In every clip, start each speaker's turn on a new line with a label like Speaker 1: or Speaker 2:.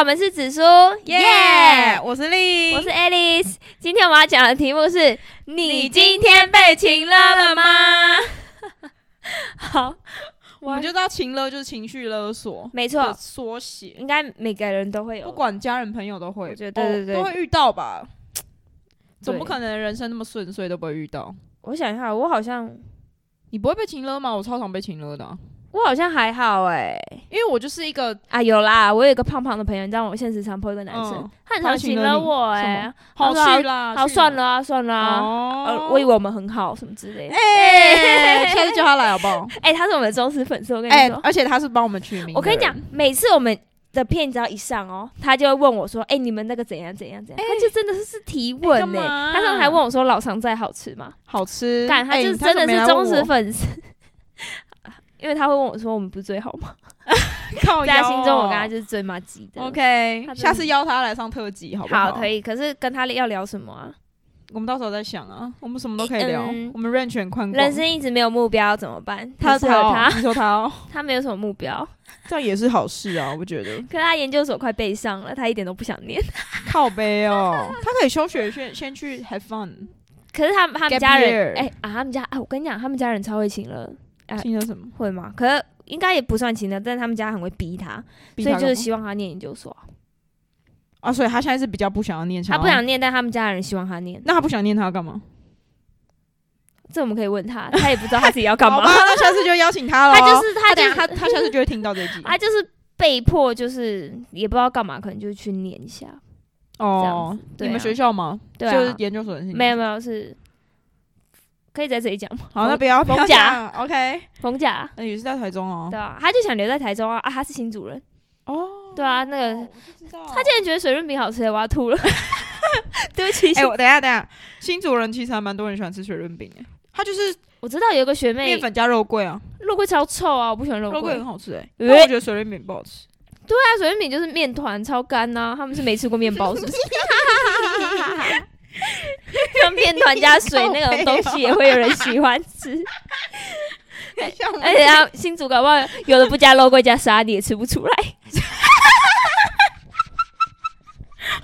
Speaker 1: 我们是紫苏，耶、
Speaker 2: 我是丽，
Speaker 1: 我是 Alice。今天我们要讲的题目是：你今天
Speaker 2: 被
Speaker 1: 被情勒了吗？ 好，
Speaker 2: 我们就知道情勒就是情绪勒索
Speaker 1: 没
Speaker 2: 的
Speaker 1: 错，
Speaker 2: 缩写，
Speaker 1: 应该每个人都会有，
Speaker 2: 不管家人朋友都会，哦
Speaker 1: 我觉得对对对
Speaker 2: 都会遇到吧。总不
Speaker 1: 对
Speaker 2: 可能人生那么顺遂都不会遇到。
Speaker 1: 我想一下，我好像
Speaker 2: 你不会被情勒吗？我超常被情勒的啊、
Speaker 1: 我好像还好哎、
Speaker 2: 因为我就是一个
Speaker 1: 啊，有啦，我有一个胖胖的朋友，你知道我现实常碰一个男生，
Speaker 2: 嗯
Speaker 1: 他很
Speaker 2: 他
Speaker 1: 常
Speaker 2: 请
Speaker 1: 请
Speaker 2: 了
Speaker 1: 了
Speaker 2: 你
Speaker 1: 我
Speaker 2: 什
Speaker 1: 哎、
Speaker 2: 么好
Speaker 1: 他说
Speaker 2: 去啦，
Speaker 1: 好
Speaker 2: 去
Speaker 1: 算了啊，算了啊，
Speaker 2: 哦
Speaker 1: 呃，我以为我们很好什么之类的。
Speaker 2: 哎、下次叫他来好 不好？
Speaker 1: 哎、他是我们的忠实粉丝，我跟你
Speaker 2: 哎、
Speaker 1: 说，
Speaker 2: 而且他是帮我们取名的人，
Speaker 1: 我跟你讲，每次我们的片只要一上哦，他就会问我说：“哎、你们那个怎样怎样怎样？”他就真的是是提
Speaker 2: 哎
Speaker 1: 问欸
Speaker 2: 干
Speaker 1: 呢、
Speaker 2: 嘛
Speaker 1: 他上次还问我说：“老肠仔好吃吗
Speaker 2: 好？”吃，
Speaker 1: 干，嗯他
Speaker 2: 哎
Speaker 1: 就是
Speaker 2: 他
Speaker 1: 真的
Speaker 2: 怎么没
Speaker 1: 是
Speaker 2: 来
Speaker 1: 忠实
Speaker 2: 问我
Speaker 1: 粉丝。 因为他会问我说：“我们不是最好吗
Speaker 2: 靠？”
Speaker 1: 在他
Speaker 2: 腰
Speaker 1: 心中，我跟他
Speaker 2: 哦
Speaker 1: 就是最妈鸡的。
Speaker 2: OK，
Speaker 1: 他真的
Speaker 2: 下次邀他来上特辑，好不
Speaker 1: 好，
Speaker 2: 好
Speaker 1: 可。以。可是跟他要聊什么啊？
Speaker 2: 我们到时候再想啊，我们什么都可以聊，
Speaker 1: 嗯
Speaker 2: 我们任选宽广。
Speaker 1: 人生一直没有目标怎么办？
Speaker 2: 他
Speaker 1: 适合他，
Speaker 2: 你说他哦，
Speaker 1: 他没有什么目标。
Speaker 2: 这样也是好事啊，我觉得。
Speaker 1: 可是他研究所快背上了，他一点都不想念。
Speaker 2: 靠背哦， 他可以休学先先去 have fun。
Speaker 1: 可是他们他们
Speaker 2: Gap
Speaker 1: 家人，
Speaker 2: year
Speaker 1: 哎、啊，他们家，哎、我跟你讲，他们家人超会请了，哎
Speaker 2: 听了什么？
Speaker 1: 会吗？可是应该也不算请了，但是他们家很会逼他，
Speaker 2: 逼
Speaker 1: 所以
Speaker 2: 他
Speaker 1: 就
Speaker 2: 干
Speaker 1: 是
Speaker 2: 嘛
Speaker 1: 希望他念研究所啊。
Speaker 2: 啊，所以他现在是比较不想要念，
Speaker 1: 他不
Speaker 2: 要
Speaker 1: 想。念，但他们家人希望他念，
Speaker 2: 那他不想念，他要干嘛？
Speaker 1: 这我们可以问他，他也不知道他自己要干
Speaker 2: 好
Speaker 1: 嘛
Speaker 2: 吧，，那下次就邀请他了。
Speaker 1: 他就是他
Speaker 2: 他
Speaker 1: 就
Speaker 2: 等
Speaker 1: 是
Speaker 2: 下他他下次就会听到这一集。
Speaker 1: 他就是被迫，就是也不知道干嘛，可能就去念一下。这样
Speaker 2: 哦
Speaker 1: 子，对
Speaker 2: 你们
Speaker 1: 啊
Speaker 2: 学校吗？
Speaker 1: 对啊
Speaker 2: 就是研究所的事情。
Speaker 1: 没有没有，是可以在这里讲吗？
Speaker 2: 好，那不要不要
Speaker 1: 冯甲
Speaker 2: 讲 OK，
Speaker 1: 冯甲，啊
Speaker 2: 那也是在台中哦
Speaker 1: 对。啊，他就想留在台中啊，啊，他是新主人，
Speaker 2: 哦，
Speaker 1: 对啊，那个
Speaker 2: 他
Speaker 1: 竟然觉得水润饼好吃，我要吐了， 对不起，
Speaker 2: 哎、我等一下等一下，新竹人其实还蛮多人喜欢吃水润饼诶，它就是
Speaker 1: 我知道有个学妹
Speaker 2: 面粉加肉桂啊，
Speaker 1: 肉桂超臭啊，我不喜欢肉
Speaker 2: 肉
Speaker 1: 桂呃
Speaker 2: 桂。很好吃诶，
Speaker 1: 喂
Speaker 2: 但我觉得水润饼不 好吃。
Speaker 1: 对啊，水润饼就是面团超干呐、他们是没吃过面包是不是？像面团加水那种东西也会有人喜欢吃，
Speaker 2: 像
Speaker 1: 而且他新竹搞不好有的不加肉桂加沙你也吃不出来。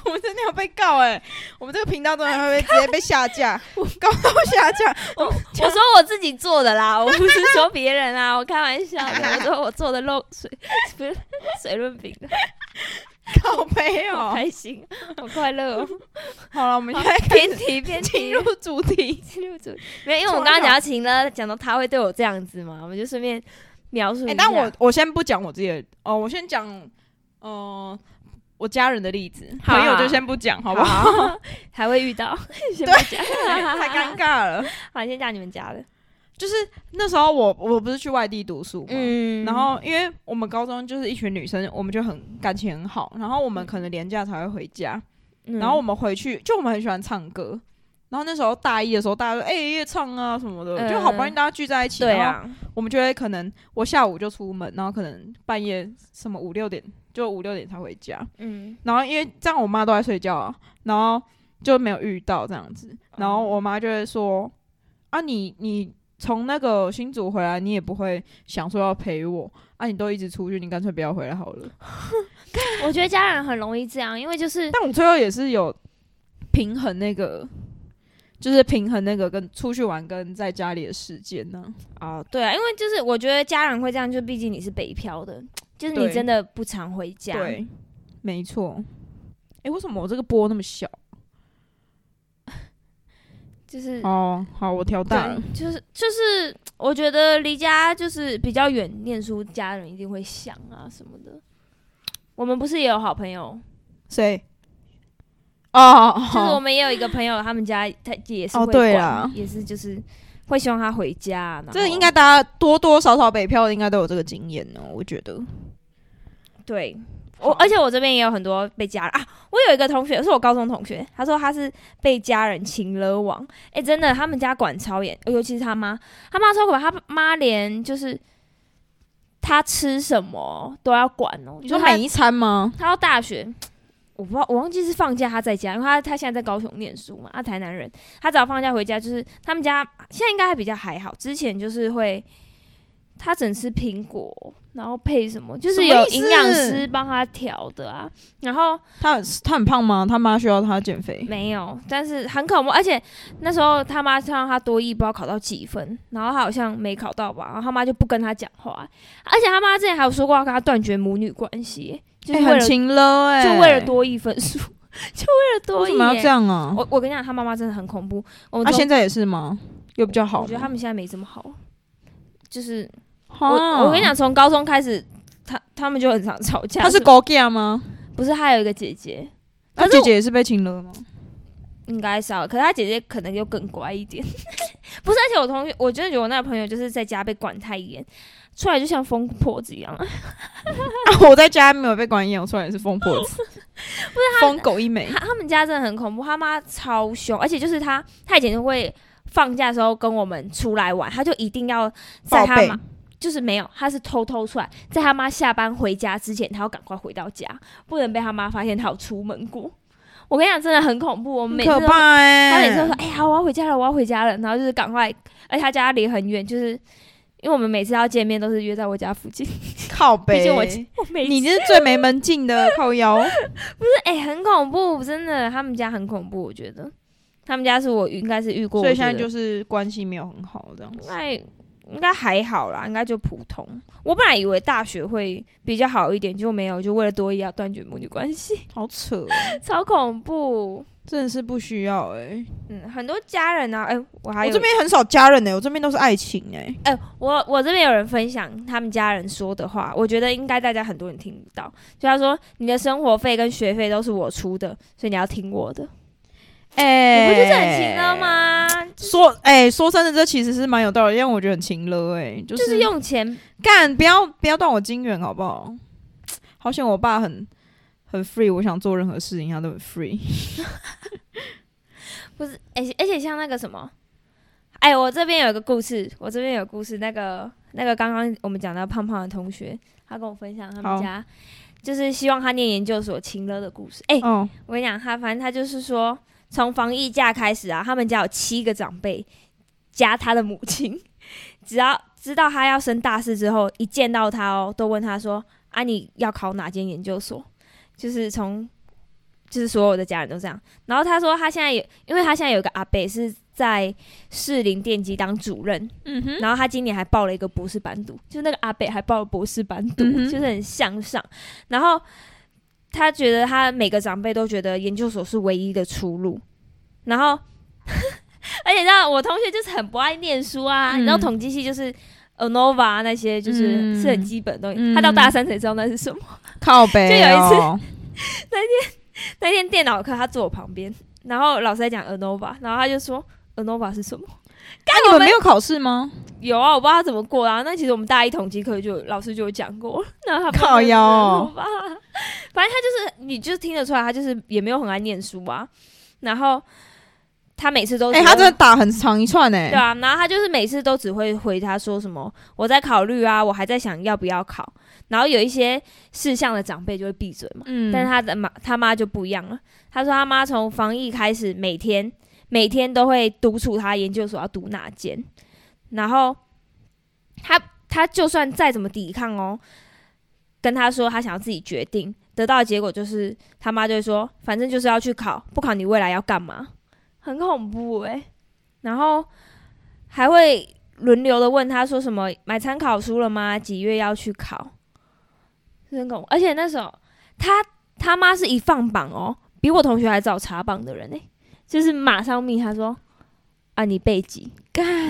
Speaker 2: 我们真的要被告诶，我们这个频道真的会被直接被下 架，告到下架。
Speaker 1: 我说我自己做的啦，我不是说别人啦，我开玩笑的。我说我做的肉水不是水润饼，
Speaker 2: 靠背
Speaker 1: 好
Speaker 2: 哦、
Speaker 1: 开心，好快乐哦。
Speaker 2: 好了，我们现在
Speaker 1: 偏题 偏
Speaker 2: 进
Speaker 1: 题，
Speaker 2: 入主题。
Speaker 1: 进入主题没有，因为我们刚刚讲到情呢，讲到他会对我这样子嘛，我们就顺便描述一下。
Speaker 2: 哎、但我我先不讲我自己的，哦、我先讲，呃，我家人的例子，
Speaker 1: 好
Speaker 2: 朋友
Speaker 1: 好
Speaker 2: 就先不讲，好不好？
Speaker 1: 好 啊还会遇到，先不讲，
Speaker 2: 太尴。尬了。
Speaker 1: 好，先讲你们家的，
Speaker 2: 就是那时候我我不是去外地读书嘛，
Speaker 1: 嗯
Speaker 2: 然后因为我们高中就是一群女生，我们就很感情很好，然后我
Speaker 1: 嗯
Speaker 2: 们可能连假才会回家，然后我们回去就我们很喜欢唱歌。然后那时候大一的时候，大家说哎、夜唱啊什么的，
Speaker 1: 嗯
Speaker 2: 就好不容易大家聚在一起，
Speaker 1: 对
Speaker 2: 然后
Speaker 1: 啊，
Speaker 2: 我们就会可能我下午就出门，然后可能半夜什么五六点就五六点才回家，
Speaker 1: 嗯，
Speaker 2: 然后因为这样我妈都在睡觉啊，然后就没有遇到这样子，然后我妈就会说：“啊你，你从那个新竹回来，你也不会想说要陪我啊，你都一直出去，你干脆不要回来好了。
Speaker 1: 我觉得家人很容易这样，因为就是”
Speaker 2: 但我最后也是有平衡那个，就是平衡那个跟出去玩跟在家里的时间呢、
Speaker 1: 哦，对啊，因为就是我觉得家人会这样，就毕竟你是北漂的，就是你
Speaker 2: 对
Speaker 1: 真的不常回家，，
Speaker 2: 对，没错。诶，为什么我这个波那么小？
Speaker 1: 就是
Speaker 2: 哦，好，我调大了。
Speaker 1: 对，就是就是，我觉得离家就是比较远，念书家人一定会想啊什么的。我们不是也有好朋友，
Speaker 2: 谁？哦，
Speaker 1: 就是我们也有一个朋友，他们家他也是
Speaker 2: 哦
Speaker 1: 会
Speaker 2: 对
Speaker 1: 管
Speaker 2: 啦
Speaker 1: 也是就是会希望他回家。然后
Speaker 2: 这个应该大家多多少少北漂应该都有这个经验哦，我觉得。
Speaker 1: 对我，而且我这边也有很多被家人啊，我有一个同学是我高中同学，他说他是被家人请了网，哎、真的，他们家管超严，尤其是他妈，他妈超可怕，他妈连就是他吃什么都要管哦，
Speaker 2: 你
Speaker 1: 就
Speaker 2: 说
Speaker 1: 是他
Speaker 2: 每一餐吗？
Speaker 1: 他到大学，我不知道，我忘记是放假他在家，因为他他现在在高雄念书嘛，他台南人，他只要放假回家，就是他们家现在应该还比较还好，之前就是会他整吃苹果，然后配什么，就
Speaker 2: 什
Speaker 1: 是
Speaker 2: 么
Speaker 1: 有
Speaker 2: 意思
Speaker 1: 营养师帮他调的啊。然后
Speaker 2: 他很他很胖吗？他妈需要他减肥？
Speaker 1: 没有，但是很恐怖，而且那时候他妈让他多一不知道考到几分，然后他好像没考到吧，然后他妈就不跟他讲话，而且他妈之前还有说过要跟他断绝母女关系，就是
Speaker 2: 哎
Speaker 1: 为
Speaker 2: 很
Speaker 1: 了、
Speaker 2: 勤了哎、
Speaker 1: 就为了多一分数， 就为了多
Speaker 2: 为
Speaker 1: 一、
Speaker 2: 什么要这
Speaker 1: 欸
Speaker 2: 样啊？
Speaker 1: 我我跟你讲，他妈妈真的很恐怖。我
Speaker 2: 他、
Speaker 1: 从
Speaker 2: 现在也是吗？有比较好吗？
Speaker 1: 我觉得他们现在没这么好，就是
Speaker 2: 哈
Speaker 1: 我、
Speaker 2: 哦
Speaker 1: 我跟你讲，从高中开始，他他们就很常吵架。
Speaker 2: 他是
Speaker 1: 就
Speaker 2: 高 g 吗？
Speaker 1: 不是？还有一个姐姐，
Speaker 2: 他姐姐也是被 请了吗？
Speaker 1: 应该是啊，可是他姐姐可能又更乖一点。 不是，而且我同学，我真的觉得我那个朋友就是在家被管太严，出来就像疯婆子一样。啊
Speaker 2: 我在家没有被管严，我出来也是疯婆 子，不是疯狗一枚。
Speaker 1: 他他们家真的很恐怖，他妈超凶，而且就是他，他以前就会放假的时候跟我们出来玩，他就一定要在
Speaker 2: 报
Speaker 1: 他
Speaker 2: 备
Speaker 1: 妈。就是没有，他是偷偷出来，在他妈下班回家之前，他要赶快回到家，不能被他妈发现他有出门过。我跟你讲，真的很恐怖。我们每次
Speaker 2: 可
Speaker 1: 都
Speaker 2: 怕哎、
Speaker 1: 他每次都说：“哎呀，我要回家了，我要回家了。”然后就是赶快，而且他家离很远，就是因为我们每次要见面都是约在我家附近。
Speaker 2: 靠
Speaker 1: 毕
Speaker 2: 背
Speaker 1: 竟，我我每
Speaker 2: 你
Speaker 1: 次
Speaker 2: 这是最没门禁的 靠腰。
Speaker 1: 哎、很恐怖，真的，他们家很恐怖，我觉得他们家是我应该是遇过，
Speaker 2: 所以现
Speaker 1: 我
Speaker 2: 在
Speaker 1: 觉得
Speaker 2: 就是关系没有很好这样子
Speaker 1: 应。该应该还好啦，应该就普通。我本来以为大学会比较好一点，就没有，就为了多一要断绝母女关系，
Speaker 2: 好扯哦，
Speaker 1: 超恐怖。
Speaker 2: 真的是不需要哎、
Speaker 1: 嗯，很多家人啊，哎、我还
Speaker 2: 我
Speaker 1: 有
Speaker 2: 这边很少家人哎、我这边都是爱情哎、
Speaker 1: 哎、我我这边有人分享他们家人说的话，我觉得应该大家很多人听不到。就他说，你的生活费跟学费都是我出的，所以你要听我的。
Speaker 2: 哎
Speaker 1: 你不就是很啊勤了？吗？
Speaker 2: 说哎、说真的，这其实是蛮有道理，因为我觉得很勤了哎、就
Speaker 1: 就是
Speaker 2: 是
Speaker 1: 用钱
Speaker 2: 干，不要不要断我金元好不好？好险我爸很很 free，我想做任何事情他都很 free。
Speaker 1: 不是，而且而且像那个什么，哎，我这边有一个故事，我这边有故事，那个那个刚刚我们讲到胖胖的同学，他跟我分享他
Speaker 2: 好
Speaker 1: 们家就是希望他念研究所亲了的故事。哎、
Speaker 2: 哦，
Speaker 1: 我跟你讲，他反正他就是说，从防疫假开始啊，他们家有七个长辈加他的母亲，只要知道他要升大四之后，一见到他哦，都问他说：“啊，你要考哪间研究所？”就是从就是所有的家人都这样。然后他说他现在有，因为他现在有一个阿伯是在士林电机当主任，
Speaker 2: 嗯哼，
Speaker 1: 然后他今年还报了一个博士班读，就那个阿北还报了博士班读，
Speaker 2: 嗯哼
Speaker 1: 就是很向上。然后他觉得他每个长辈都觉得研究所是唯一的出路，然后 而且你知道我同学就是很不爱念书啊，
Speaker 2: 嗯
Speaker 1: 你知道统计系就是。ANOVA 啊那些就是、
Speaker 2: 嗯
Speaker 1: 是很基本的东西，
Speaker 2: 嗯
Speaker 1: 他到大三才知道那是什么。
Speaker 2: 靠北、哦
Speaker 1: 就
Speaker 2: 有一次，
Speaker 1: 那天电脑课他坐我旁边，然后老师在讲 ANOVA，然后他就说 ANOVA 是什么？干
Speaker 2: 啊
Speaker 1: 哎
Speaker 2: 你
Speaker 1: 我
Speaker 2: 们没有考试吗？
Speaker 1: 有啊，我不知道他怎么过啊。那其实我们大一统计课就有老师就有讲过， 那他
Speaker 2: 靠腰哦
Speaker 1: 吧。 反正他就是，你就听得出来，他就是也没有很爱念书啊。然后他每次都
Speaker 2: 哎、
Speaker 1: 说
Speaker 2: 他真的打很长一串哎、
Speaker 1: 对啊，然后他就是每次都只会回他说什么我在考虑啊，我还在想要不要考。然后有一些事项的长辈就会闭嘴嘛。
Speaker 2: 嗯
Speaker 1: 但是他的妈他妈就不一样了。他说他妈从防疫开始，每天每天都会督促他研究所要读哪间，然后他他就算再怎么抵抗哦，跟他说他想要自己决定，得到的结果就是他妈就会说，反正就是要去考，不考你未来要干嘛？很恐怖诶、然后还会轮流的问他说什么买参考书了吗？几月要去考？是很恐怖，而且那时候他他妈是一放榜哦，比我同学还早查榜的人呢、就是马上命他说啊你背几，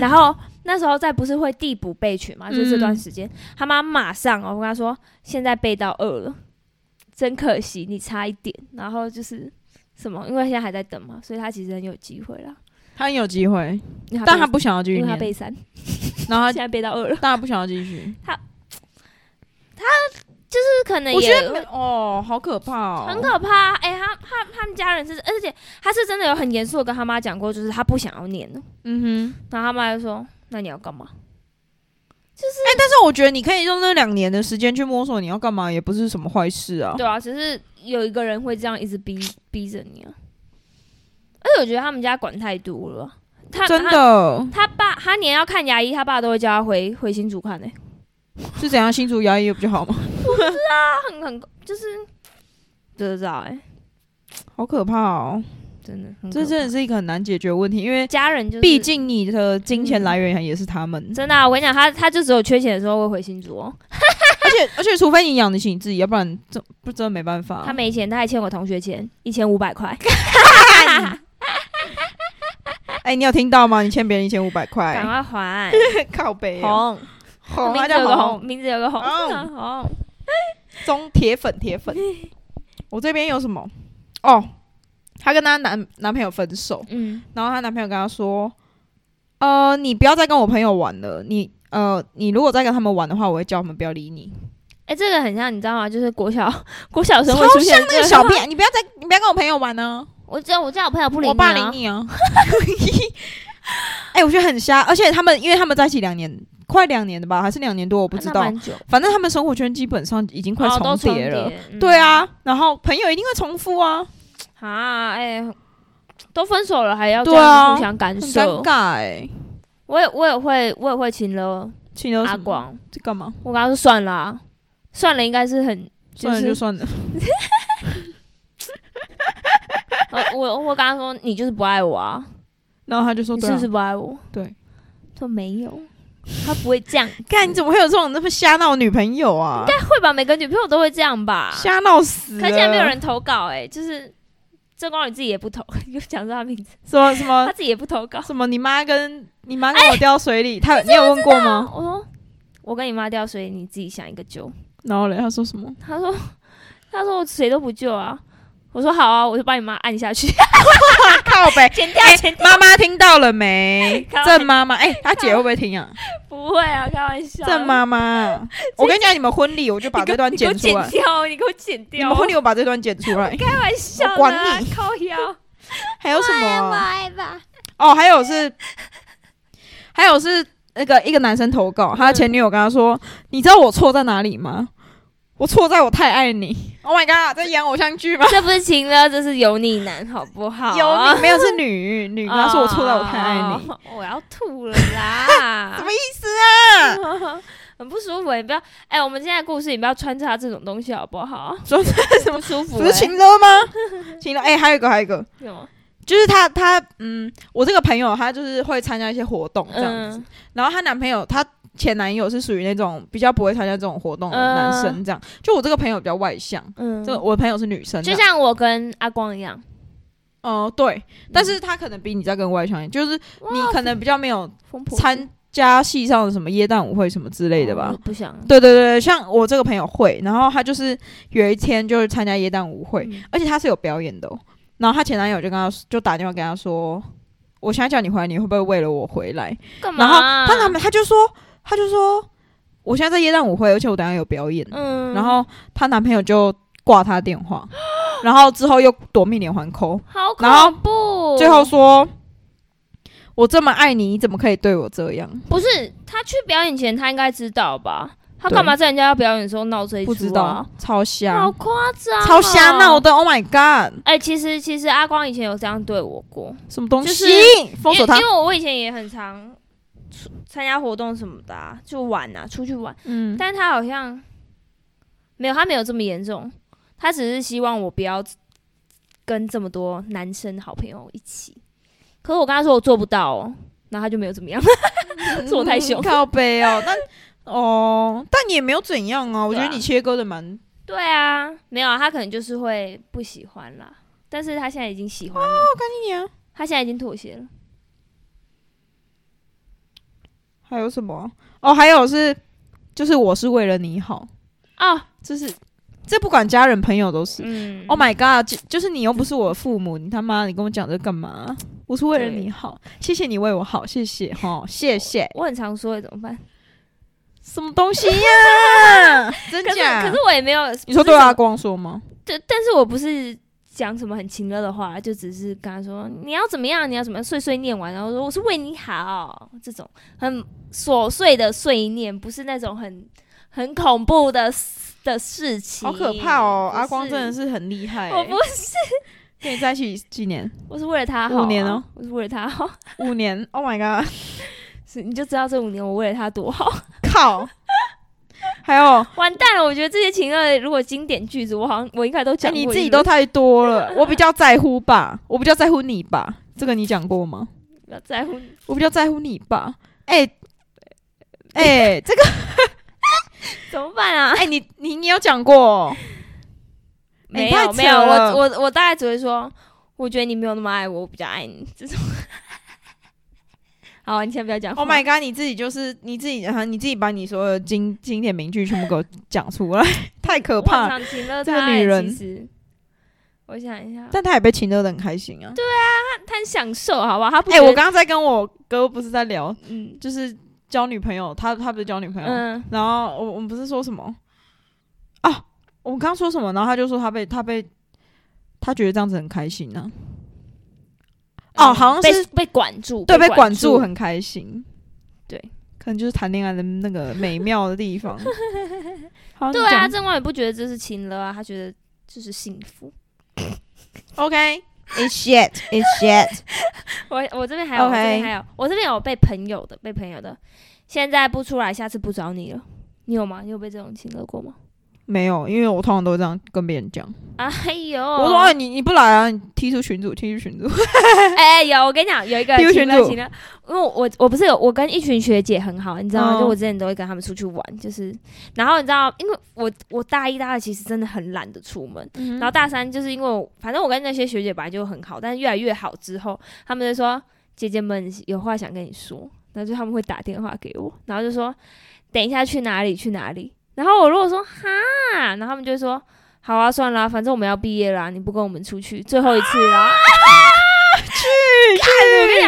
Speaker 1: 然后那时候在不是会递补备取嘛，就这
Speaker 2: 嗯
Speaker 1: 段时间，他妈马上哦，我跟他说现在背到二了，真可惜你差一点，然后就是什么，因为现在还在等嘛，所以他其实很有机会啦，
Speaker 2: 他很有机会，
Speaker 1: 因为
Speaker 2: 但他
Speaker 1: 背
Speaker 2: 不想要继
Speaker 1: 因
Speaker 2: 续
Speaker 1: 为他
Speaker 2: 念，
Speaker 1: 背三，
Speaker 2: 然后
Speaker 1: 他
Speaker 2: 他
Speaker 1: 现在背到二了，
Speaker 2: 但他不想要继续。
Speaker 1: 这可能
Speaker 2: 我觉
Speaker 1: 哎也
Speaker 2: 得没哦，好可怕哦，
Speaker 1: 很可怕、哎、他他他们家人是，而且他是真的有很严肃的跟他妈讲过，就是他不想要念了。
Speaker 2: 嗯哼。
Speaker 1: 然后他妈就说：“那你要干嘛
Speaker 2: 但是我觉得你可以用那两年的时间去摸索你要干嘛，也不是什么坏事啊？”。
Speaker 1: 对啊，只是有一个人会这样一直逼逼着你啊。而且我觉得他们家管太多了，他
Speaker 2: 真的，
Speaker 1: 他他爸他连要看牙医，他爸都会叫他回回新竹看呢、欸
Speaker 2: 是怎样新竹牙医不就好吗？
Speaker 1: 他很很就是不知道哎、
Speaker 2: 好可怕哦！
Speaker 1: 真的，很
Speaker 2: 这
Speaker 1: 可
Speaker 2: 真
Speaker 1: 怕
Speaker 2: 的是一个很难解决的问题，因为
Speaker 1: 家人就是，
Speaker 2: 毕竟你的金钱来源也是他们，
Speaker 1: 真的啊、我跟你讲，他他就只有缺钱的时候会回新竹、哦，
Speaker 2: 而且而且除非你养得起你自己，要不然这不真的没办法。
Speaker 1: 他没钱，他还欠我同学钱一千五百 块，
Speaker 2: 哎、你有听到吗？你欠别人一千五百
Speaker 1: 赶
Speaker 2: 块，
Speaker 1: 快还
Speaker 2: 靠北哦、
Speaker 1: 红，
Speaker 2: 哎红
Speaker 1: 名
Speaker 2: 他
Speaker 1: 字有
Speaker 2: 叫
Speaker 1: 个
Speaker 2: 红
Speaker 1: 红，名字有个红，
Speaker 2: 红
Speaker 1: 红，
Speaker 2: 中铁粉铁粉。我这边有什么？哦，她跟她男男朋友分手，
Speaker 1: 嗯，
Speaker 2: 然后她男朋友跟她说：“呃，你不要再跟我朋友玩了，你呃，你如果再跟他们玩的话，我会叫他们不要理你。
Speaker 1: 哎、这个很像你知道吗？就是国小 国小生会
Speaker 2: 超
Speaker 1: 出现
Speaker 2: 像那
Speaker 1: 这
Speaker 2: 个小屁，孩，你不要再，你不要跟我朋友玩呢、
Speaker 1: 我知道我知道我朋友不理
Speaker 2: 我
Speaker 1: 你、
Speaker 2: 霸
Speaker 1: 啊，
Speaker 2: 凌你啊！ 哎、我觉得很瞎，而且他们因为他们在一起两年，快两年的吧，还是两年多，我不知
Speaker 1: 啊那
Speaker 2: 道。
Speaker 1: 蛮久，
Speaker 2: 反正他们生活圈基本上已经快
Speaker 1: 哦都重
Speaker 2: 叠了。
Speaker 1: 叠嗯
Speaker 2: 对啊，然后朋友一定会重复啊。
Speaker 1: 啊，哎、都分手了还要这
Speaker 2: 对啊
Speaker 1: 样互相干
Speaker 2: 很
Speaker 1: 涉
Speaker 2: 尴，尬哎、
Speaker 1: 我也我也会我也会请了
Speaker 2: 请了
Speaker 1: 阿
Speaker 2: 什么？
Speaker 1: 广，
Speaker 2: 这干嘛？
Speaker 1: 我跟他说算了啊、算了应该是很。就
Speaker 2: 算了
Speaker 1: 是
Speaker 2: 就算了，
Speaker 1: 呃我我跟他说你就是不爱我啊，
Speaker 2: 然后他就说：“
Speaker 1: 你
Speaker 2: 对
Speaker 1: 是
Speaker 2: 啊
Speaker 1: 不是不爱我？
Speaker 2: 对，
Speaker 1: 说没 有，他不会这样，
Speaker 2: 干，你怎么会有这种那么瞎闹的女朋友啊？
Speaker 1: 会吧？每个女朋友都会这样吧？
Speaker 2: 瞎闹死了！
Speaker 1: 啊可是现在没有人投稿哎、就是郑光宇自己也不投， 又讲出他名字，
Speaker 2: 什么什
Speaker 1: 他
Speaker 2: 么
Speaker 1: 自己也不投稿。
Speaker 2: 什么，你妈跟你妈跟我掉水里，他你有问过吗？
Speaker 1: 我说我跟你妈掉水，你自己想一个救。
Speaker 2: 然后嘞，他说什 么？
Speaker 1: 他说他说我谁都不救啊。我说好啊，我就把你妈按下 去，
Speaker 2: 靠北，
Speaker 1: 剪掉剪掉。
Speaker 2: 妈妈听到了没
Speaker 1: 靠？北
Speaker 2: 郑妈妈，哎，她姐会不 会听啊？
Speaker 1: 不会啊，开玩笑。
Speaker 2: 郑妈妈，我跟你讲，你们婚礼我就把
Speaker 1: 啊你给
Speaker 2: 这
Speaker 1: 我，
Speaker 2: 段
Speaker 1: 你给我
Speaker 2: 剪出
Speaker 1: 剪
Speaker 2: 来，
Speaker 1: 掉，你给我剪
Speaker 2: 你
Speaker 1: 掉。
Speaker 2: 们婚礼我把这段剪 出来，
Speaker 1: 开玩笑
Speaker 2: 我
Speaker 1: 的啊
Speaker 2: 管，你
Speaker 1: 靠腰。
Speaker 2: 还有什么
Speaker 1: 爱
Speaker 2: 啊？
Speaker 1: 吧爱吧，
Speaker 2: 哦，还有是，还有是那个一个男生投
Speaker 1: 嗯
Speaker 2: 稿，他的前女友跟他说：“你知道我错在哪里吗？我错在我太爱你。”Oh my god，在演偶像剧 吗？
Speaker 1: 这不是情了，这是油腻男，好不好、啊？
Speaker 2: 有你没有是女女，跟他说我错在我太爱你，
Speaker 1: 哦， 我要吐了啦！
Speaker 2: 什么
Speaker 1: 意思啊？很不舒服，你不要哎、我们现在故事你不要穿插这种东西好不好？
Speaker 2: 说
Speaker 1: 什么舒服、嗯
Speaker 2: 不是
Speaker 1: 欸？
Speaker 2: 情勒吗？情勒哎、还有一个还有一个，
Speaker 1: 有吗
Speaker 2: 就是她她嗯，我这个朋友她就是会参加一些活动这样子，
Speaker 1: 嗯
Speaker 2: 然后她男朋友她前男友是属于那种比较不会参加这种活动的男生这样，就我这个朋友比较外向，
Speaker 1: 嗯，
Speaker 2: 这个我的朋友是女生这
Speaker 1: 就
Speaker 2: 样，
Speaker 1: 像我跟阿光一样，嗯
Speaker 2: 哦、对，但是他可能比你在更外向一点，就是你可能比较没有
Speaker 1: 疯婆
Speaker 2: 参加系上的什么耶诞舞会什么之类的吧。
Speaker 1: 我不想。
Speaker 2: 对对对，像我这个朋友会，然后他就是有一天就是参加耶诞舞会，
Speaker 1: 嗯
Speaker 2: 而且他是有表演的、哦。然后她前男友就跟她就打电话跟她说：“我现在叫你回来，你会不会为了我回来？”
Speaker 1: 干嘛？
Speaker 2: 然后他他们他就说他就说我现在在耶诞舞会，而且我等一下有表演。
Speaker 1: 嗯
Speaker 2: 然后她男朋友就挂她电 话，然后之后又夺命连环扣，
Speaker 1: 好
Speaker 2: 然后
Speaker 1: 恐怖。
Speaker 2: 最后说：“我这么爱你，你怎么可以对我这样
Speaker 1: 不是他去表演前他应该知道吧？他干嘛在人家要表演的时候闹这一？”出、啊？
Speaker 2: 不知道，超瞎
Speaker 1: 好，啊夸张、哦
Speaker 2: 超瞎闹！的！Oh my god，
Speaker 1: 哎、其实其实阿光以前有这样对我过，
Speaker 2: 什么东西？
Speaker 1: 就是
Speaker 2: 封锁
Speaker 1: 因
Speaker 2: 他
Speaker 1: 为。因为我以前也很常出参加活动什么的、啊，就玩啊，出去玩。
Speaker 2: 嗯，
Speaker 1: 但他好像没有，他没有这么严重，他只是希望我不要跟这么多男生好朋友一起。可是我跟他说我做不到哦，然后他就没有怎 么样。做太凶
Speaker 2: 嗯靠 背哦。但哦，但你也没有怎样啊。我觉得
Speaker 1: 对啊
Speaker 2: 你切割的蛮……
Speaker 1: 对啊，没有啊，他可能就是会不喜欢啦。但是他现在已经喜欢了，
Speaker 2: 你啊，
Speaker 1: 他现在已经妥协了。
Speaker 2: 还有什么？哦，还有是，就是我是为了你好，
Speaker 1: 哦，
Speaker 2: 就是这不管家人朋友都是。
Speaker 1: 嗯
Speaker 2: Oh my god！就就是你又不是我的父母，你他妈你跟我讲这干嘛？我是为了你好，谢谢你为我好，谢谢哈，谢谢。
Speaker 1: 我很常说欸怎么办？
Speaker 2: 什么东西呀、真
Speaker 1: 可是
Speaker 2: 假？
Speaker 1: 可是我也没有，
Speaker 2: 你说
Speaker 1: 不是
Speaker 2: 对啊阿
Speaker 1: 什么，
Speaker 2: 光说吗？
Speaker 1: 对，但是我不是讲什么很情热的话，就只是跟他说你要怎么样，你要怎么样，碎碎念完，然后说我是为你好，这种很琐碎的碎念，不是那种很很恐怖的的事情，
Speaker 2: 好可怕哦！
Speaker 1: 不
Speaker 2: 阿光真的
Speaker 1: 是，
Speaker 2: 是很厉害、欸
Speaker 1: 我不是，
Speaker 2: 跟你在一起几年？
Speaker 1: 我是为了他好、啊
Speaker 2: 五年哦，
Speaker 1: 我是为了他好，
Speaker 2: 五年。Oh my god！
Speaker 1: 是你就知道这五年我为了他多好，
Speaker 2: 靠！还有，
Speaker 1: 完蛋了！我觉得这些情乐如果经典句子，我好像我应该都
Speaker 2: 哎
Speaker 1: 讲过、
Speaker 2: 你自己都太多了， 我比较在乎吧，我比较在乎你吧，这个你讲过吗？
Speaker 1: 不要在乎你，
Speaker 2: 我比较在乎你吧，哎、哎、这个
Speaker 1: 怎么办啊？
Speaker 2: 哎、你你你有讲过哦、
Speaker 1: 没
Speaker 2: 太
Speaker 1: 有
Speaker 2: 扯
Speaker 1: 没有，我
Speaker 2: 了
Speaker 1: 我我大概只会说，我觉得你没有那么爱我，我比较爱你这种。 好，你先不要讲话。
Speaker 2: Oh my god！你自己就是你自己，啊，你自己把你所有的经经典名句全部给我讲出来， 太可怕
Speaker 1: 我
Speaker 2: 了。
Speaker 1: 很常请了
Speaker 2: 这个
Speaker 1: 他欸
Speaker 2: 女人
Speaker 1: 其实我想一下，
Speaker 2: 但他也被请得很开心啊。对，
Speaker 1: 他很享受，好不好？他不
Speaker 2: 哎、
Speaker 1: 觉得
Speaker 2: 我刚刚在跟我哥不是在聊，
Speaker 1: 嗯
Speaker 2: 就是交女朋友，他他不是交女朋友，
Speaker 1: 嗯，
Speaker 2: 然后我我们不是说什么啊？我们刚刚说什么？然后他就说他被他被他觉得这样子很开心呢、哦
Speaker 1: 嗯
Speaker 2: 好像
Speaker 1: 被
Speaker 2: 是
Speaker 1: 被管住，
Speaker 2: 对，被
Speaker 1: 被
Speaker 2: 管住
Speaker 1: 住，
Speaker 2: 很开心。
Speaker 1: 对，
Speaker 2: 可能就是谈恋爱的那个美妙的地 方。好
Speaker 1: 对
Speaker 2: 你
Speaker 1: 啊，
Speaker 2: 讲
Speaker 1: 郑光也不觉得这是情了啊，他觉得这是幸福。
Speaker 2: OK。It's shit, it's shit。
Speaker 1: 我我这边还有，我这
Speaker 2: OK
Speaker 1: 边还有，我这边有被朋友的，被朋友的，现在不出来，下次不找你了。你有吗？你有被这种情勒过吗？
Speaker 2: 没有，因为我通常都这样跟别人讲。
Speaker 1: 哎呦，
Speaker 2: 我说：“哎，你你不来啊，你踢出群主，踢出群主。
Speaker 1: 哎、有，我跟你讲，有一个
Speaker 2: 第一个
Speaker 1: 情
Speaker 2: 群
Speaker 1: 乐
Speaker 2: 组
Speaker 1: 情乐，因为我我不是有我跟一群学姐很好，你知道吗？
Speaker 2: 嗯
Speaker 1: 就我之前都会跟她们出去玩，就是，然后你知道，因为我我大一大二其实真的很懒得出门，然后大三就是因为我反正我跟那些学姐本来就很好，但是越来越好之后，她们就说姐姐们有话想跟你说，然后就他们会打电话给我，然后就说等一下去哪里去哪里，然后我如果说哈，然后他们就会说。好啊，算啦，反正我们要毕业啦，你不跟我们出去，最后一次啦。我跟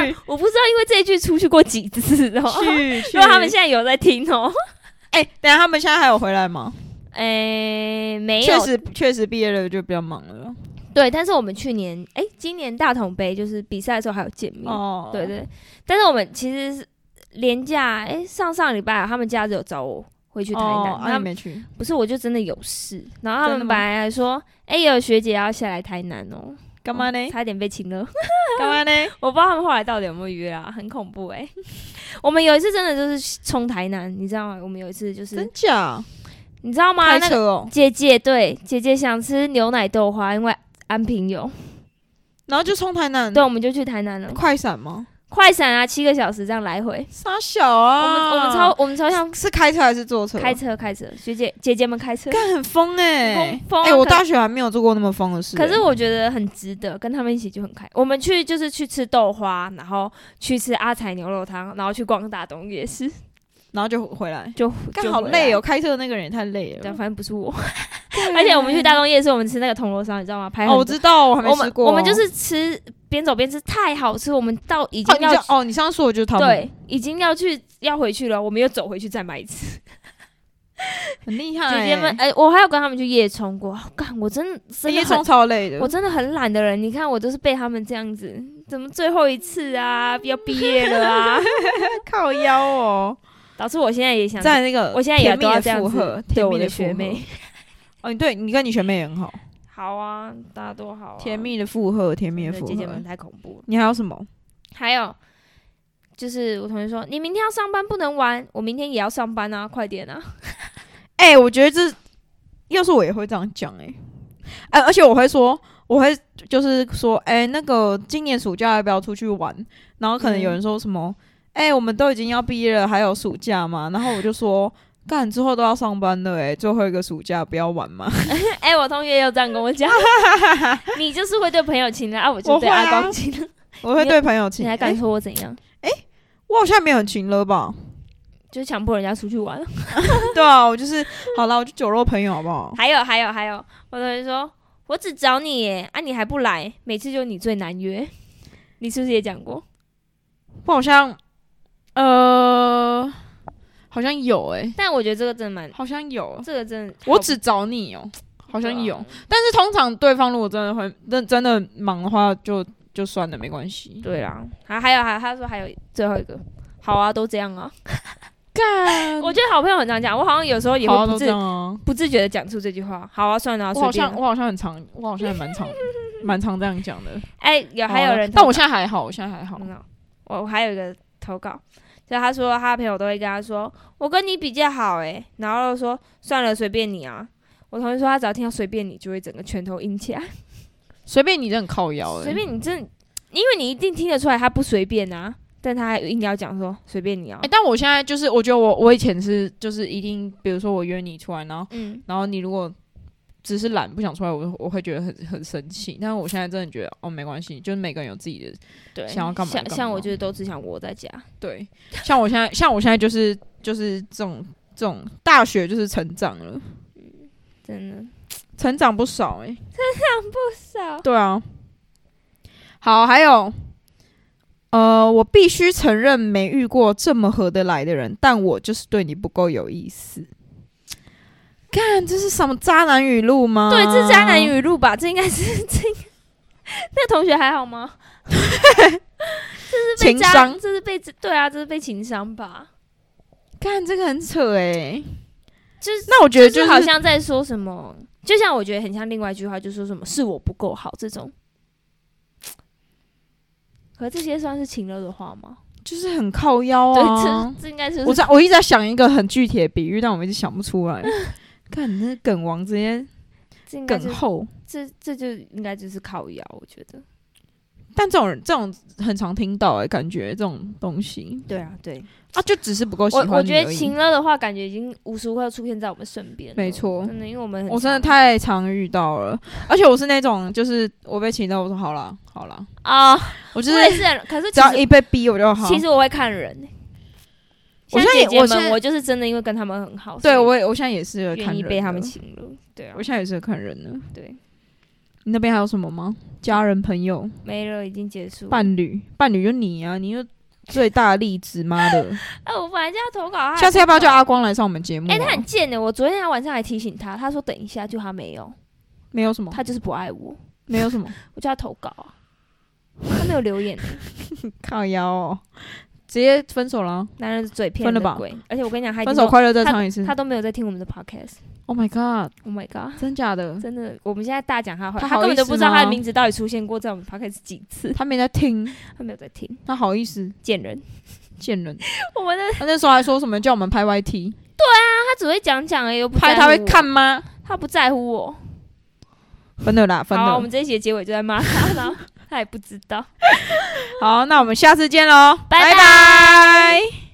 Speaker 1: 你讲，我不知道，因为这一句出去过几次哦。
Speaker 2: 去去。
Speaker 1: 因为他们现在有在听哦。
Speaker 2: 哎，等一下他们现在还有回来吗？
Speaker 1: 诶、没
Speaker 2: 确
Speaker 1: 有，
Speaker 2: 实确实毕业了就比较忙了。
Speaker 1: 对，但是我们去年，诶、今年大同杯就是比赛的时候还有见面，
Speaker 2: 哦，
Speaker 1: 嗯对对。但是我们其实是连假，诶、上上礼拜他们家有找我回去台南，
Speaker 2: 哦，啊
Speaker 1: 他
Speaker 2: 你
Speaker 1: 们
Speaker 2: 没去。
Speaker 1: 不是我就真的有事，然后他
Speaker 2: 真的
Speaker 1: 们
Speaker 2: 吗
Speaker 1: 本来还说，诶、有学姐要下来台南哦，
Speaker 2: 干嘛呢？
Speaker 1: 差点被请了。
Speaker 2: 干嘛呢？
Speaker 1: 我不知道他们后来到底有没有约啊，很恐怖哎、我们有一次真的就是冲台南，你知道吗？我们有一次就是
Speaker 2: 真，假？
Speaker 1: 你知道吗？
Speaker 2: 开
Speaker 1: 那个
Speaker 2: 车哦。
Speaker 1: 姐姐对姐姐想吃牛奶豆花，因为安平有，
Speaker 2: 然后就冲台南
Speaker 1: 对，我们就去台南了。
Speaker 2: 快闪吗？
Speaker 1: 快闪啊，七个小时这样来回。
Speaker 2: 傻小
Speaker 1: 我们
Speaker 2: 啊！
Speaker 1: 我们超我们超像
Speaker 2: 是开车还是坐车？
Speaker 1: 开车开车，学姐姐姐们开车。
Speaker 2: 干很疯哎
Speaker 1: 很疯啊
Speaker 2: 哎，我
Speaker 1: 可
Speaker 2: 大学还没有做过那么疯的事欸。
Speaker 1: 可是我觉得很值得，跟他们一起就很开。我们去就是去吃豆花，然后去吃阿财牛肉汤，然后去逛大东夜市，
Speaker 2: 然后就回来，
Speaker 1: 就
Speaker 2: 干好累哦，
Speaker 1: 哦。
Speaker 2: 开车的那个人也太累
Speaker 1: 对，
Speaker 2: 了。
Speaker 1: 反正不是我。
Speaker 2: 对
Speaker 1: 而且我们去大东夜市，我们吃那个铜锣烧，你知道吗？排很
Speaker 2: 哦，我
Speaker 1: 多
Speaker 2: 知道，我还
Speaker 1: 我
Speaker 2: 没吃
Speaker 1: 们
Speaker 2: 过。
Speaker 1: 我们就是吃边走边吃，太好吃，我们到已
Speaker 2: 哦，
Speaker 1: 经
Speaker 2: 你
Speaker 1: 要
Speaker 2: 知道哦，你上次说我就是他们，
Speaker 1: 对，已经要去要回去了，我们又走回去再买一次。
Speaker 2: 很厉害、欸
Speaker 1: 姐姐们，哎、我还有跟他们去夜冲过，干，我真的
Speaker 2: 哎，
Speaker 1: 真的
Speaker 2: 夜
Speaker 1: 很
Speaker 2: 冲，超累的
Speaker 1: 我。真的很懒的人。你看，我都是被他们这样子，怎么最后一次啊，要毕业了 啊，
Speaker 2: 靠腰哦，
Speaker 1: 导致我现在也想，
Speaker 2: 在那个
Speaker 1: 我现在也
Speaker 2: 甜蜜
Speaker 1: 都要这
Speaker 2: 的
Speaker 1: 样
Speaker 2: 负荷
Speaker 1: 子，对
Speaker 2: 甜
Speaker 1: 我
Speaker 2: 蜜
Speaker 1: 的
Speaker 2: 负荷
Speaker 1: 学妹。。
Speaker 2: 哦，你对你跟你学妹也很好，
Speaker 1: 好啊，大家都好、啊，
Speaker 2: 甜蜜的负荷，甜
Speaker 1: 真
Speaker 2: 蜜
Speaker 1: 的，
Speaker 2: 的负
Speaker 1: 姐姐们
Speaker 2: 荷。
Speaker 1: 太恐怖了。
Speaker 2: 你还有什么？
Speaker 1: 还有就是我同学说，你明天要上班不能玩，我明天也要上班啊，快点啊！
Speaker 2: 哎、我觉得这要是我也会这样讲哎、哎、而且我会说，我会就是说，哎、那个今年暑假要不要出去玩？然后可能有人说什么，哎、我们都已经要毕业了，还有暑假吗？然后我就说，干之后都要上班了、哎，最后一个暑假不要玩吗？
Speaker 1: 哎、我同学也有这样跟我讲，你就是会对朋友情的啊，我就
Speaker 2: 我
Speaker 1: 对
Speaker 2: 会
Speaker 1: 阿
Speaker 2: 啊
Speaker 1: 公 情的，
Speaker 2: 我会对朋友请，
Speaker 1: 你还
Speaker 2: 哎
Speaker 1: 敢说我怎样？
Speaker 2: 我好像没有很勤了吧？
Speaker 1: 就是强迫人家出去玩。
Speaker 2: 对啊，我就是好啦，我就酒肉朋友好不好？
Speaker 1: 还有还有还有，我同学说我只找你耶，啊你还不来，每次就你最难约， 你是不是也讲过？
Speaker 2: 我好像，呃，好像有哎、
Speaker 1: 但我觉得这个真的蛮，
Speaker 2: 好像有，
Speaker 1: 这个真的好
Speaker 2: 我只找你哦、好
Speaker 1: 好
Speaker 2: 像有，但是通常对方如果真的会认真的忙的话就，就算了，没关系。
Speaker 1: 对啦，还还有还他说还有最后一个，好啊都这样啊，
Speaker 2: 干
Speaker 1: 嗯我觉得好啊朋友很常讲，我好像有时候也
Speaker 2: 好啊
Speaker 1: 会不
Speaker 2: 都这
Speaker 1: 自
Speaker 2: 样啊。
Speaker 1: 不自觉的讲出这句话。好啊，算了啊，
Speaker 2: 我
Speaker 1: 随
Speaker 2: 好
Speaker 1: 便
Speaker 2: 像
Speaker 1: 啊。
Speaker 2: 我好像很常，我好像也 蛮常蛮常这样讲的。啊
Speaker 1: 哎、有还有人投稿，嗯
Speaker 2: 但我现在还好，我现在还好。
Speaker 1: 嗯哦我我还有一个投稿，所以他说他的朋友都会跟他说：“我跟你比较好。”诶，然后就说：“算了，随便你啊。”我同学说他只要听到“随便你”，就会整个拳头硬起来。
Speaker 2: 随便你这很靠腰、欸，
Speaker 1: 随便你真的，因为你一定听得出来他不随便啊，但他还硬要讲说随便你啊
Speaker 2: 哎、。但我现在就是，我觉得我我以前是就是一定，比如说我约你出来，然后
Speaker 1: 嗯，
Speaker 2: 然后你如果只是懒不想出来，我我会觉得很很生气。但是我现在真的觉得哦，没关系，就是每个人有自己的
Speaker 1: 对，
Speaker 2: 想要干嘛
Speaker 1: 像
Speaker 2: 干嘛
Speaker 1: 像我就是都只想窝在家。
Speaker 2: 对。像我现在，像我现在就是就是这种这种大学就是成长了，
Speaker 1: 真的
Speaker 2: 啊成长不少哎、
Speaker 1: 少
Speaker 2: 对啊，好，还有，呃，我必须承认没遇过这么合得来的人，但我就是对你不够有意思。看，这是什么渣男语录吗？
Speaker 1: 对，这是渣男。语录吧？这应该是 这应该。那同学还好吗？ 这是被
Speaker 2: 情
Speaker 1: 渣
Speaker 2: 商
Speaker 1: 这是被对啊，这是被情商吧？
Speaker 2: 看，这个很扯哎、
Speaker 1: 就是
Speaker 2: 那我觉得
Speaker 1: 就是
Speaker 2: 是
Speaker 1: 好像在说什么，就像我觉得很像另外一句话，就说什么是我不够好这种。可这些算是情乐的话吗？
Speaker 2: 就是很靠腰啊
Speaker 1: 对，。这这应该是
Speaker 2: 我在我一直在想一个很具体的比喻，但我一直想不 出来。看，你那梗王直接
Speaker 1: 这应该
Speaker 2: 梗
Speaker 1: 是
Speaker 2: 厚。
Speaker 1: 这这就应该就是靠腰，我觉得。
Speaker 2: 但这种人，这种很常听到哎、感觉这种东西
Speaker 1: 对啊，对
Speaker 2: 啊，就只是不够喜
Speaker 1: 我
Speaker 2: 欢你
Speaker 1: 我觉得
Speaker 2: 而已
Speaker 1: 情乐的话，感觉已经无时无刻出现在我们身边了。
Speaker 2: 没错
Speaker 1: 真的，因为我们很
Speaker 2: 我真的
Speaker 1: 常
Speaker 2: 太常遇到了，而且我是那种就是我被请到，我说好啦好啦，
Speaker 1: 啊，
Speaker 2: 我就
Speaker 1: 我也
Speaker 2: 是
Speaker 1: 是很，可是
Speaker 2: 只
Speaker 1: 其
Speaker 2: 要
Speaker 1: 实
Speaker 2: 一被逼我就好。
Speaker 1: 其实我会看人欸。
Speaker 2: 我
Speaker 1: 像
Speaker 2: 现在也
Speaker 1: 姐姐
Speaker 2: 我现在
Speaker 1: 们，我就是真的因为跟他们很好，
Speaker 2: 对
Speaker 1: 所
Speaker 2: 我也我现在也是
Speaker 1: 以
Speaker 2: 看
Speaker 1: 愿意
Speaker 2: 人
Speaker 1: 被他们
Speaker 2: 的
Speaker 1: 请了。对啊
Speaker 2: 我，现在也是看人的。
Speaker 1: 对，
Speaker 2: 你那边还有什么吗？家人、朋友、
Speaker 1: 没了，已经结束了。
Speaker 2: 伴侣，伴侣就你啊，你就最大的例子，妈 的！
Speaker 1: 哎，我本来就要投稿，他还
Speaker 2: 下次要不要叫阿光来上我们节目、啊？
Speaker 1: 哎，他很贱的。我昨天晚上还提醒他，他说等一下，就他没有，
Speaker 2: 没有什么，
Speaker 1: 他就是不爱我，
Speaker 2: 没有 什么，
Speaker 1: 我叫他投稿啊，他没有留 言欸。
Speaker 2: 靠腰、哦，直接分手了啊，
Speaker 1: 男人的嘴骗
Speaker 2: 分了
Speaker 1: 人的
Speaker 2: 吧
Speaker 1: 鬼，而且我跟你讲，他已经
Speaker 2: 分手
Speaker 1: 都
Speaker 2: 快乐再唱一次
Speaker 1: 哎他。都没有在听我们的 podcast。
Speaker 2: Oh my god，
Speaker 1: Oh my god！
Speaker 2: 真假的？
Speaker 1: 真的，我们现在大讲他坏，
Speaker 2: 嗯他
Speaker 1: 他
Speaker 2: 好
Speaker 1: 根本
Speaker 2: 意
Speaker 1: 就
Speaker 2: 思
Speaker 1: 不知道
Speaker 2: 吗
Speaker 1: 他的名字到底出现过在我们 podcast 几次，
Speaker 2: 他没在听，
Speaker 1: 他没有在听，
Speaker 2: 他好意思
Speaker 1: 贱人。
Speaker 2: 见人。
Speaker 1: 我们的
Speaker 2: 他那时候还说什么叫我们拍 YT，
Speaker 1: 他只会讲讲而已，又不
Speaker 2: 拍
Speaker 1: 在
Speaker 2: 他
Speaker 1: 乎
Speaker 2: 会
Speaker 1: 我
Speaker 2: 看，吗？
Speaker 1: 他不在乎我。
Speaker 2: 分了啦，分
Speaker 1: 好啊，我
Speaker 2: 了
Speaker 1: 们。这一集的结尾就在骂他，然后他也不知道。
Speaker 2: 好，那我们下次见喽，
Speaker 1: 拜拜
Speaker 2: 拜